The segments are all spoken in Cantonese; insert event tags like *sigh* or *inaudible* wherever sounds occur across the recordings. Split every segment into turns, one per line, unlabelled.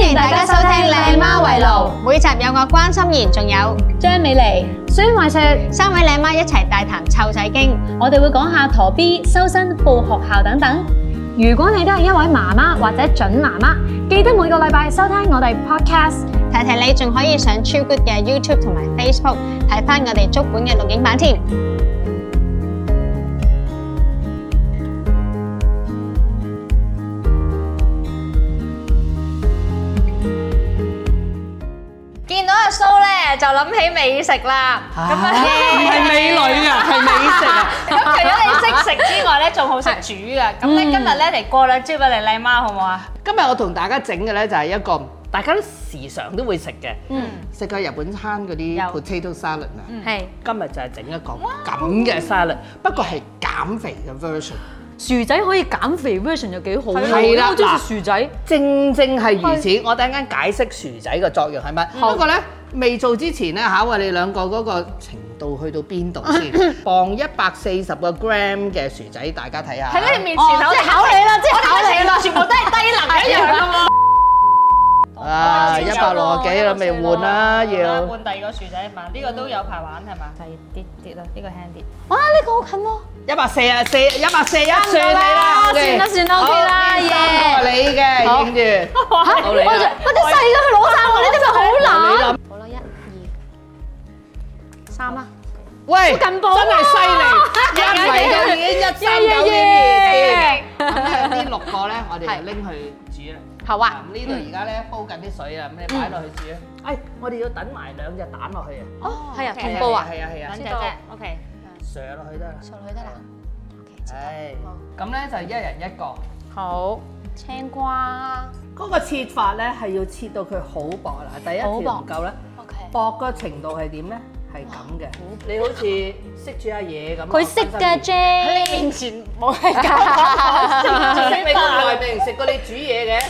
迎大家收聽《靚媽圍爐》，每集有我關心妍，仲有
張美妮，孫慧雪，
三位靚媽一齊大談湊仔經。
我哋會講下陀 B、修身、報學校等等。如果你都係一位媽媽或者準媽媽，記得每個禮拜收聽我哋 podcast。
提提你仲可以上超 good 嘅 YouTube 同埋 Facebook 睇翻我哋足本嘅錄影版添。
見到阿蘇咧，就諗起美食啦。咁
啊
樣
唔係美女 *laughs* 啊，係美食啊！
咁除咗你識食之外咧，仲好識煮
*laughs*
噶。咁咧今日咧嚟過兩招俾你靚媽好唔好啊？
今日我同大家整嘅咧就係一個大家都時常都會食嘅，食過日本餐嗰啲
有嗯
potato salad 啊。
係
今日就係整一個咁嘅 salad，不過係減肥嘅 version。
薯仔可以減肥 version 又幾
啊
好喎，
係啦
我都好中意食薯仔。
正正係如此，我等間解釋薯仔嘅作用係乜。不過咧，未做之前咧，考下你兩個嗰個程度去到邊度
*laughs*
先。磅一百四十個 gram 嘅薯仔，大家睇下。
喺你面前口考你哦啦，即係考你啦，全部都係低能一樣啊嘛。
啊，
*laughs*
一百六啊幾啦，咪換啦要。
換第二個薯仔嘛，呢個都有排玩係嘛？細啲啲啦，呢個輕啲。
哇，呢個好近喎！
一百四啊四，一百四一算你啦，
算啦算啦
Ờ,
OK 啦
耶！
耶
三個你嘅，影住，到你啦，
我啲細嘅佢攞晒喎，呢啲咪好難。
你諗，
好啦，一、二、三啦。
喂，
近
真
步啊
係犀利，一圍到已經一三九點二咁咧呢六個咧，我哋就拎去煮啦。
好啊，
咁呢度而家咧煲緊啲水啊，咁你擺落去煮啊。哎，我哋要等埋兩隻蛋落去啊。
哦，係啊，
OK
同步啊，
係啊係啊
兩隻啫，OK。
上落去得啦。
上去得啦。
唉，咁咧就一人一個。
好，青瓜。
嗰個切法咧係要切到佢好薄啦，第一條
好
唔
薄
夠咧。
OK。
薄嘅程度係點咧？係咁嘅，你好似識煮下嘢咁。
佢識嘅啫，
喺你面前冇
識你咁耐未食過你煮嘢嘅，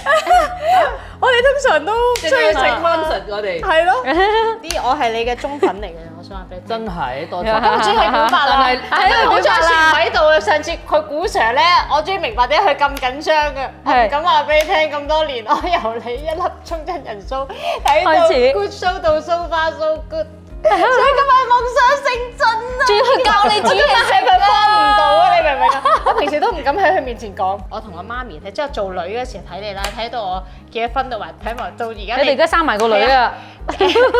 我哋通常都
即係食 concert 我哋。*laughs*
係咯，啲我係你嘅忠粉嚟嘅， *laughs* 我想話俾你聽。
真係多
我
謝。
中意佢表白啦，係啊，我中意船喺度啊！上次佢古 Sir 咧，我終於明白點解佢咁緊張嘅。我唔敢話俾你聽咁多年，我由你一粒衝真人 show 睇到
開始
good show 到 so far so good，所以今日夢想成真啊！
仲要佢教你煮
我
嘢
真
食
係佢幫唔
啊！
到啊！你明唔明啊？我平時都唔敢喺佢面前講。我同我媽咪睇，即係做女嗰時睇你啦，睇到我結咗婚到埋，睇埋到而家
你哋而家生埋個女
à? *laughs*
啊！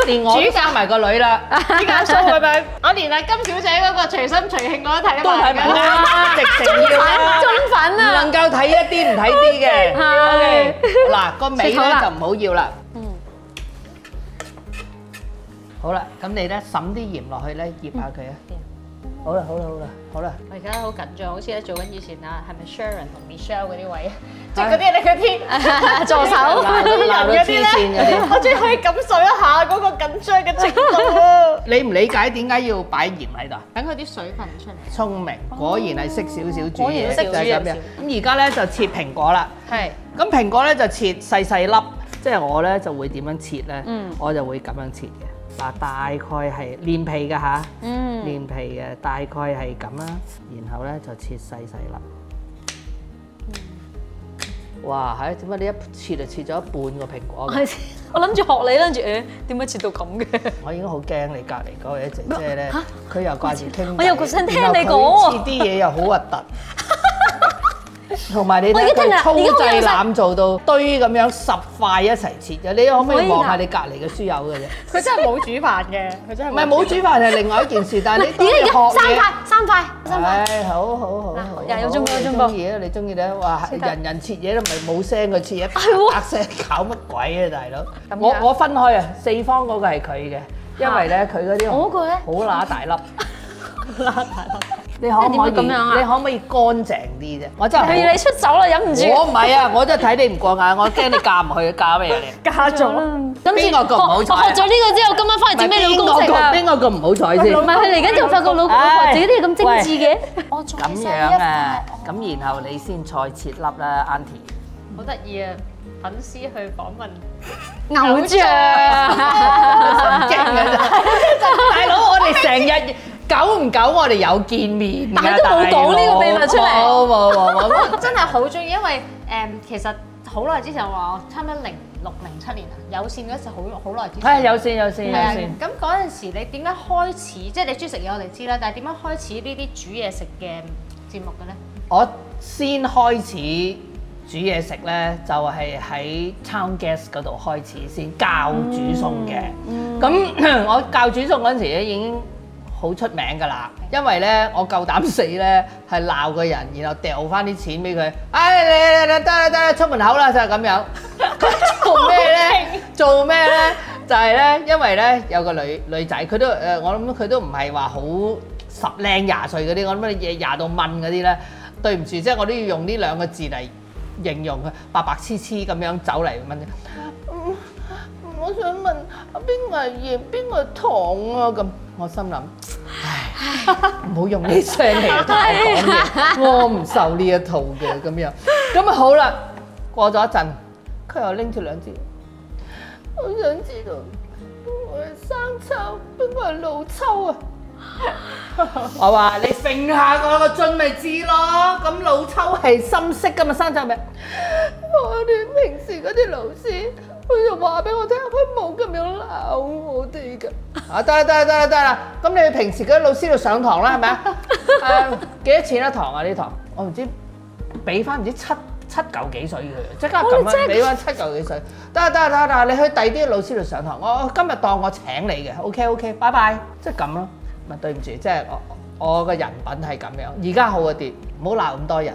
連我都加埋個女啦，
依家數係咪？我連啊金小姐嗰個隨心隨興我都睇得
都睇
埋
埋
㗎。
啦，直情要啦。
中粉
唔
啊！
能夠睇一啲唔睇啲嘅。
係
OK，嗱個尾咧
食好啦
就唔好要啦。嗯。好啦，咁你咧揼啲鹽落去咧，醃下佢啊。好啦，好啦，好啦，好啦。
我而家好緊張，好似咧做緊以前啊，係咪 Sharon 同 Michelle 嗰啲位，即係嗰啲你嗰啲助手
鬧到鬧到
嗰
黐
啲
線嗰
咧，
啲。
我終於可以感受一下嗰個緊張嘅程度啊！
你唔理解點解要擺鹽喺度啊？
等佢啲水分出嚟，
聰明，果然係識少少煮
果然
嘢，
識
就
煮
係
嘢
咁樣。咁而家咧就切蘋果啦。
係
咁蘋果咧就切細細粒，即係我咧就會點樣切咧？我就會咁樣切嘅。嗱，大概係連皮嘅嚇，連皮嘅大概係咁啦，然後咧就切細細粒。哇，係點解你一切就切咗一半個蘋果嘅？
我諗住學你，跟住誒點解切到咁 *laughs* 嘅？
我已經好驚你隔離嗰位姐姐咧，佢又掛住傾偈，
我又想聽
然後
你
佢
講喎
切啲嘢又好核突。同埋你
我
睇
已經聽
佢
啦
粗
已經好有
製
心
濫造到堆咁樣十塊一齊切嘅，你可唔可
可
以
以
望
㗎
下你隔離嘅書友嘅啫？
佢真係冇煮飯嘅，佢真係
唔係冇煮飯係另外一件事，但係你
*laughs*
當
而
你
家
學
而家三
嘢
塊，三塊，
Dạ
三塊。
唉，好好好好，
又有進步
好
有進
你
步
中意啊，你中意咧，哇！人人切嘢都唔係冇聲佢切嘢，
喎
啪聲搞乜鬼啊，大佬！我我分開啊，四方嗰個係佢嘅，因為咧佢嗰啲
我嗰個咧
好乸大粒，你可唔可以
即係點會咁樣啊
你可唔可以乾淨啲啫？我真係好
譬如你出走啦，忍唔住。
我唔係啊，我真係睇你唔過眼，我驚你嫁唔去，嫁咩人嚟？
加咗。
跟住
邊個咁唔好
學
彩啊
我學咗呢個之後，今晚翻去整咩
邊
老
個
公食
咁
*laughs* 啊？
邊個咁唔好彩先
唔？係佢嚟緊就發覺 *laughs* 老老婆
唉
自己啲嘢咁精緻嘅，
我仲
咁樣啊，咁然後你先再切粒啦，Auntie。
好得意啊！粉絲去訪問，
偶
勁啊！
像。
真係 *laughs* 大佬，我哋成日久唔久我哋有見面㗎，
但係都冇講呢個秘密出嚟 *laughs*
大佬冇冇冇冇。
真係好中意，因為誒、其實好耐之前我話我差唔多零六零七年啊，有線嗰時好好耐之前。
係有線有線有
係啊
線，，
咁嗰陣時你點解開始？即係你中意食嘢，我哋知啦。但係點樣開始呢啲煮嘢食嘅節目嘅咧？
我先開始煮嘢食呢，就係、喺 Town Gas 嗰度開始先教煮餸嘅。咁、 *clears throat* 我教煮餸嗰陣時咧已經好出名㗎啦，因為呢，我夠膽死呢，係鬧個人，然後掉翻啲錢俾佢，唉、你你你得啦得啦，出門口啦就係咁樣。做咩咧？做咩咧？就係咧，因為咧有個女女仔，佢都誒、呃我諗佢都唔係話好十靚廿歲嗰啲，我諗你廿廿到問嗰啲咧，對唔住，即係我都要用呢兩個字嚟形容佢，白白痴痴咁樣走嚟問。嗯我想問邊個係鹽，邊個係糖啊？咁我心諗，唉，唔好用呢聲嚟同我講嘢，我唔受呢一套嘅咁樣。咁啊好啦，過咗一陣，佢又拎住兩支，我想知道邊個係生抽，邊個係老抽啊？ *laughs* 我話你揈下我個樽咪知咯，咁老抽係深色噶嘛，生抽咪。我哋平時嗰啲老師，佢就話俾我聽，佢冇咁樣鬧我哋噶。 *laughs* 啊，得啦得啦得啦得啦，咁你去平時嗰啲老師度上堂啦，係咪啊？誒幾多錢一堂啊？呢堂我唔知，俾翻唔知七七嚿幾水佢，即刻咁樣俾翻七嚿幾水。得啦得啦得啦，你去第二啲老師度上堂，我我今日當我請你嘅，OK OK，拜拜，即係咁咯。咪對唔住，即係我我個人品係咁樣，而家好一啲，唔好鬧咁多人。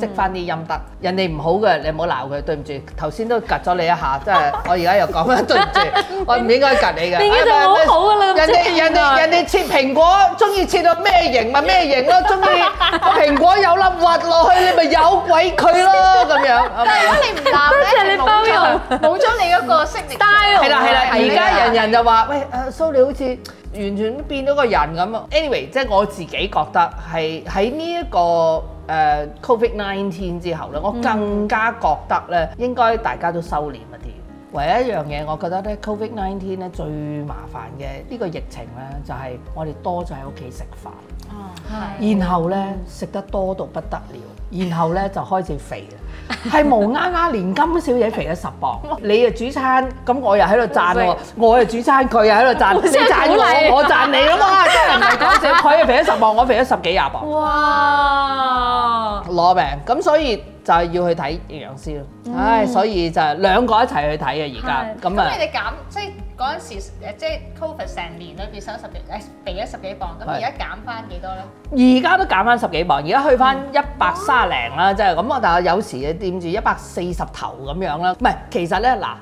積翻啲陰德，人哋唔好嘅，你唔好鬧佢。對唔住，頭先都及咗你一下，真係我而家又講翻對唔住，我唔應該及你嘅。
你已經對我好好㗎啦咁
人
即係
哋人
原來
哋人哋切蘋果，中意切到咩形咪咩形咯，中意個 *laughs* 蘋果有粒核落去，你咪有鬼佢咯咁樣。係咪啊
如果你唔鬧咧，
多謝你
就冇
包
咗
容
冇咗你嗰個識力。
style
係啦係啦，
係
而
啦
家人人就話喂誒蘇你好似完全變咗個人咁啊。Anyway，即係我自己覺得係喺呢一個誒、呃 Covid nineteen 之後咧，我更加覺得咧應該大家都收斂一啲。唯一一樣嘢，我覺得咧，Covid nineteen 咧最麻煩嘅呢個疫情咧，就係、我哋多咗喺屋企食飯。然後咧食得多到不得了，然後咧就開始肥
*laughs*
啦，係無啱啱連金小姐肥咗十磅，你又煮餐，咁我又喺度讚喎，我又煮餐，佢又喺度
*laughs*
讚，你讚
鼓勵
我，我讚你啦嘛，真係唔係講笑，佢又肥咗十磅，我肥咗十幾廿磅，
哇！
攞命，咁所以就係要去睇營養師咯，
嗯
唉，所以就係兩個一齊去睇啊，而家咁啊
咁。你哋減即係嗰陣時誒，即係 Covid 成年裏邊瘦咗十幾誒，肥咗十幾磅，咁
係
而家減翻幾多咧？
而家都減翻十幾磅，而家去翻一百三零啦，即係咁我啊但係有時你掂住一百四十頭咁樣啦。唔係，其實咧嗱，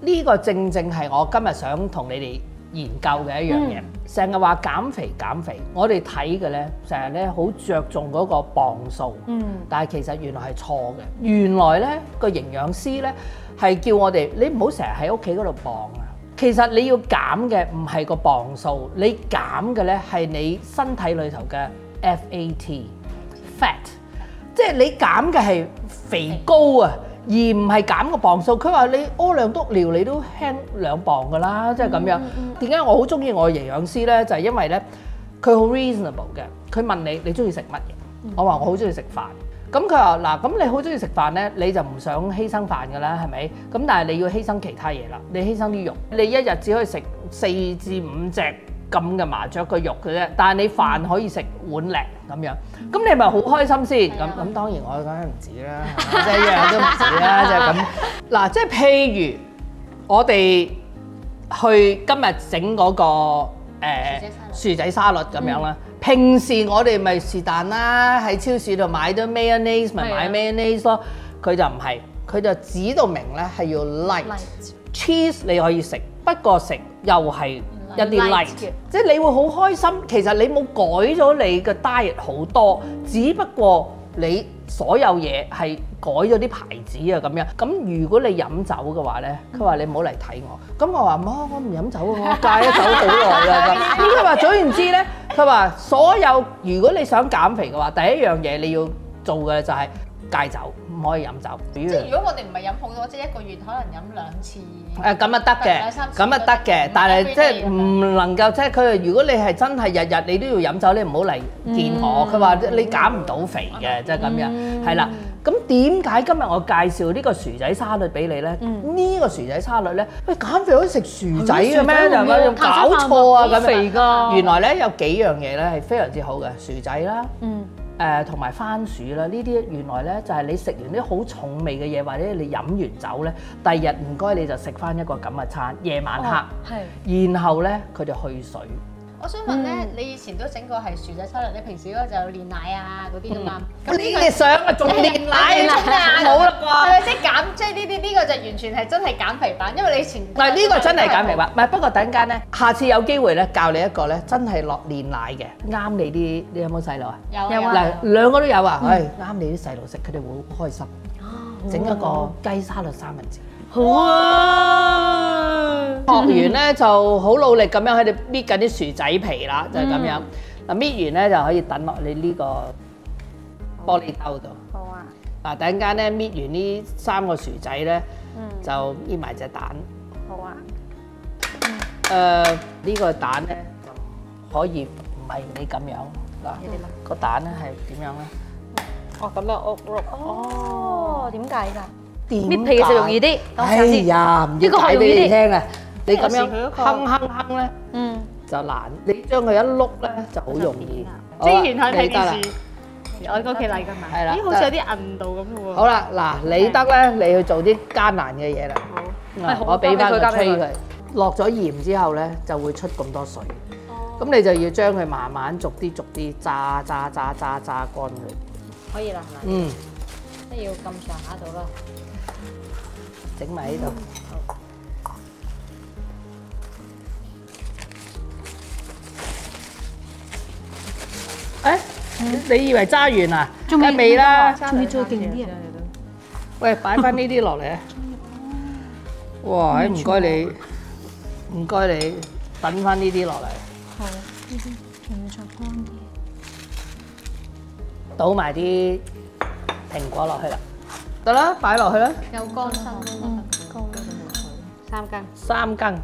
呢、個正正係我今日想同你哋研究嘅一樣嘢。成日話減肥減肥，我哋睇嘅咧成日咧好着重嗰個磅數，嗯、但係其實原來係錯嘅。原來咧個營養師咧係叫我哋你唔好成日喺屋企嗰度磅啊。其實你要減嘅唔係個磅數，你減嘅咧係你身體裏頭嘅 FAT fat，即係你減嘅係肥高啊，而唔係減個磅數。佢話你屙兩督尿你都輕兩磅㗎啦，即係咁樣。點解我好中意我嘅營養師咧？就係、因為咧佢好 reasonable 嘅，佢問你你中意食乜嘢，我話我好中意食飯。咁佢話嗱，咁你好中意食飯咧，你就唔想犧牲飯㗎啦，係咪？咁但係你要犧牲其他嘢啦，你犧牲啲肉，你一日只可以食四至五隻咁嘅麻雀嘅肉嘅啫，但係你飯可以食碗零咁樣，咁你咪好開心先咁咁。當然我梗係唔止啦，係咪即係一樣都唔止啦，即係咁。嗱，即係譬如我哋去今日整嗰個誒薯仔沙律嗯咁樣啦。平時我哋咪是但啦，喺超市度買啲 mayonnaise 咪買 mayonnaise 咯，佢就唔係，佢就指到明咧係要 light cheese 你可以食，不過食又係一啲 light，即係你會好開心。其實你冇改咗你嘅 diet 好多，只不過你所有嘢係改咗啲牌子啊咁樣。咁如果你飲酒嘅話咧，佢話你唔好嚟睇我。咁我話媽，我唔飲酒啊，我戒咗酒好耐啦。咁咁佢話總言之咧，佢話所有如果你想減肥嘅話，第一樣嘢你要做嘅就係戒酒，唔可以飲酒。
即係如果我哋唔係飲好多，即係一個月可能飲兩次。
誒咁啊得嘅
兩三，次
咁啊得嘅
唔，
但係
everyday
即係唔能夠即係佢。如果你係真係日日你都要飲酒，你唔好嚟見我。佢話你減唔到肥嘅，即係咁樣，係啦。咁點解今日我介紹呢個薯仔沙律俾你咧？呢個薯仔沙律咧，喂減肥可以食薯仔嘅咩？就係咪有搞錯啊？咁樣
肥㗎
原來咧有幾樣嘢咧係非常之好嘅，薯仔啦，誒同埋番薯啦，呢啲原來咧就係你食完啲好重味嘅嘢，或者你飲完酒咧，第二日唔該你就食翻一個咁嘅餐，夜晚黑，然後咧佢就去水。
我想問咧，你以前都整過係薯仔沙律，你平時嗰個就有煉奶啊嗰啲噶嘛？咁呢個
你想啊，仲練奶
*laughs*
冇啦啩？
係咪即係減，即係呢啲呢個就完全係真係減肥版，因為你以前
嗱呢個真係減肥法，唔係不過等間咧，下次有機會咧教你一個咧，真係落煉奶嘅，啱你啲你有冇細路啊？
有
有啊嗯
啊
嗱兩個都有啊，唉啱你啲細路食，佢哋會好開心。整一個雞沙律三文治，
哦好啊！
學完咧就好努力咁樣喺度搣緊啲薯仔皮啦，
嗯
就係咁樣。嗱搣完咧就可以等落你呢個玻璃兜度。
好啊，
嗱等間咧搣完呢三個薯仔咧，就搣埋隻蛋。
好啊，
誒、呢、個蛋咧可以唔係你咁樣嗱，個蛋咧係點樣咧？
哦咁樣屋碌哦，點解㗎？
點
搣皮就容易啲，等我
哎
試下先
呀，唔
呢個
要
係
解
容易
俾你
啲
聽啊！你咁
有時佢嗰
樣
個
哼哼哼咧，嗯，就難。你將佢一碌咧就好容易。好啦
之前睇睇
你得啦
電視，我嗰期嚟㗎嘛，
係啦
咦好似有啲韌度咁喎。
好啦，嗱，你得咧，你去做啲艱難嘅嘢啦。
哎
嗱
好
我俾翻
交
佢
俾佢
吹
交俾
佢，落咗鹽之後咧，就會出咁多水。咁你就要將佢慢慢逐啲逐啲炸炸炸炸炸乾佢。
可以啦，
嗯，
即係要咁上下度啦。
整埋喺度。誒，你以為揸完啊？仲未啦，
仲要做勁啲啊！
喂，擺翻呢啲落嚟啊！哇，誒唔該你，唔該你，等翻呢啲落嚟。係，呢啲仲要再乾啲。倒埋啲蘋果落去啦，得啦，擺落去啦，
有乾身啦，
三斤。
三羹。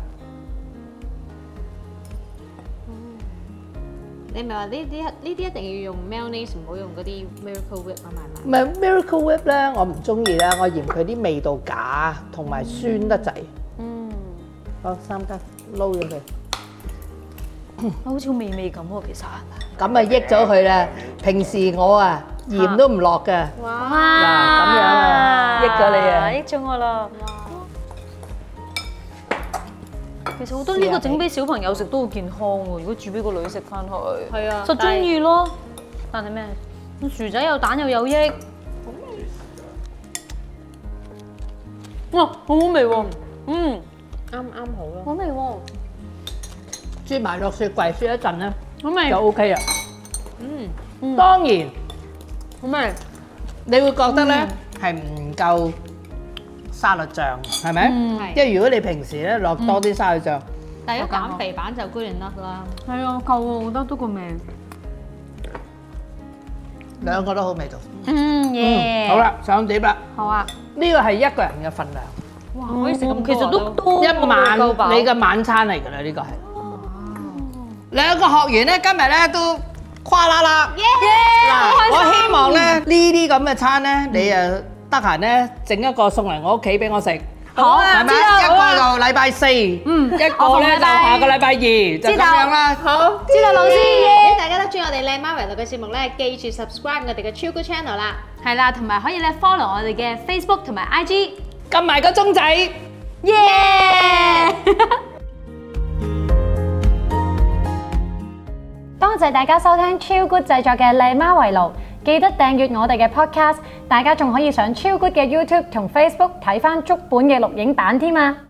你咪話呢啲呢啲一定要用 mayonnaise，唔好用嗰啲 miracle whip 啊嘛係
唔係 Miracle Whip 咧，我唔中意咧，我嫌佢啲味道假，同埋酸得滯。嗯。好，三羹撈咗佢，
好似好味味咁喎，其實。
咁啊益咗佢啦。平時我啊鹽都唔落嘅。
哇
咁樣啊益咗你啊
益咗我啦。其實我覺得
試
呢
下
個整俾小朋友食都好健康喎，如果煮俾個女食翻去，
係啊
就中意咯。但係咩？薯仔有蛋又有益。哇，好好味喎！嗯，
啱啱好咯。
好味喎，
啜埋落雪櫃雪一陣咧，
好味，
就 OK à. Ừ. 啦。嗯，
嗯
當然
好味。
你會覺得咧係唔夠沙律醬，係咪？
嗯
因為如果你平時咧落多啲沙律醬，
咪？第一減肥版就 good enough 啦。
係啊，夠啊，我覺得都個味。
兩個都好味道。
嗯，耶。
好，啦，想點啦？
好啊。
呢個係一個人嘅份量。
哇，可以食咁其實都多
一晚
夠飽
你嘅晚餐嚟㗎啦，呢個係。兩個學員咧，今日咧都跨啦啦。嗱，我希望咧呢啲咁嘅餐咧，你誒得閒咧整一個送嚟我屋企俾我食。
好啊
係咪？
知道
一
好啊
個就禮拜四，嗯，一個
我
咧
逢禮
就
拜
下個禮拜二，就咁
道
樣啦。好，
知道老師，如果大家都中意我哋靚媽圍爐嘅節目咧，記住 subscribe 我哋嘅超 good channel 啦。
係啦，同埋可以咧 follow 我哋嘅 Facebook 同埋 IG。
撳埋個鐘仔。
*laughs*
耶！
多謝大家收聽超 good 製作嘅《靚媽圍爐》，記得訂閱我哋嘅 podcast，大家仲可以上超 good 嘅 YouTube 同 Facebook 睇翻足本嘅錄影版添啊！